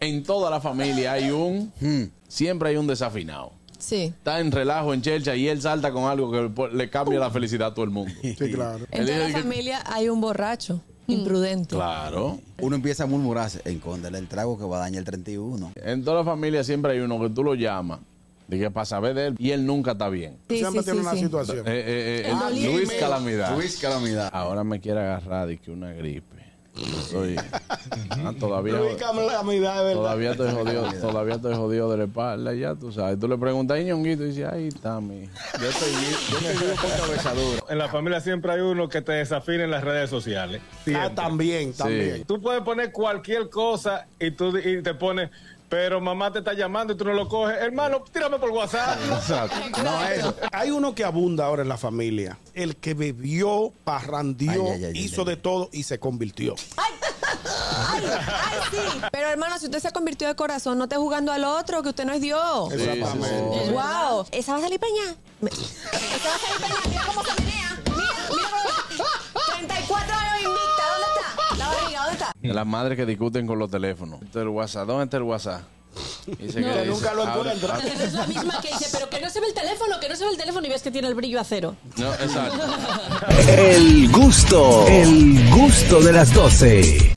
en toda la familia hay un, siempre hay un desafinado. Sí. Está en relajo, en chelcha, y él salta con algo que po- le cambia la felicidad a todo el mundo. Sí, claro. En Él dice toda la que- Mm. familia hay un borracho, imprudente. Claro. Uno empieza a murmurarse en contra del trago que va a dañar el 31. En toda la familia siempre hay uno que tú lo llamas, de que para saber de él, y él nunca está bien. Sí, Siempre sí, tiene sí, una sí. Eh, situación. eh, eh, Ah, el- dime. Luis Calamidad. Luis Calamidad. Ahora me quiere agarrar de que una gripe. Yo soy- Ah, todavía, Ubícame la mitad, de verdad. todavía estoy jodido, todavía estoy jodido de la espalda, ya tú sabes. Tú le preguntas a Ñonguito y dice, ahí está mi. Yo estoy bien, yo estoy bien con cabezadura. En la familia siempre hay uno que te desafina en las redes sociales. Siempre. Ah, también, también. Tú puedes poner cualquier cosa y tú y te pones, pero mamá te está llamando y tú no lo coges. Hermano, tírame por WhatsApp. Exacto. No, eso. Hay uno que abunda ahora en la familia. El que bebió, parrandió, Ay, ay, ay, hizo ay, de ay. todo y se convirtió. Ay, ay, sí. Pero hermano, si usted se convirtió de corazón, no esté jugando al otro que usted no es Dios. Exactamente. Wow, Eh, esa va a salir peña. Me- Esa va a salir peña, mira cómo se menea. Mira, mira cómo- 34 años invicta, ¿dónde está? La barriga, ¿dónde está? De las madres que discuten con los teléfonos. Este es el WhatsApp. ¿Dónde está el WhatsApp? Dice No, dice, nunca lo abre- encuentra. abre- Esa es la misma que dice, pero que no se ve el teléfono, que no se ve el teléfono y ves que tiene el brillo a cero. No, exacto. El gusto, el gusto de las 12.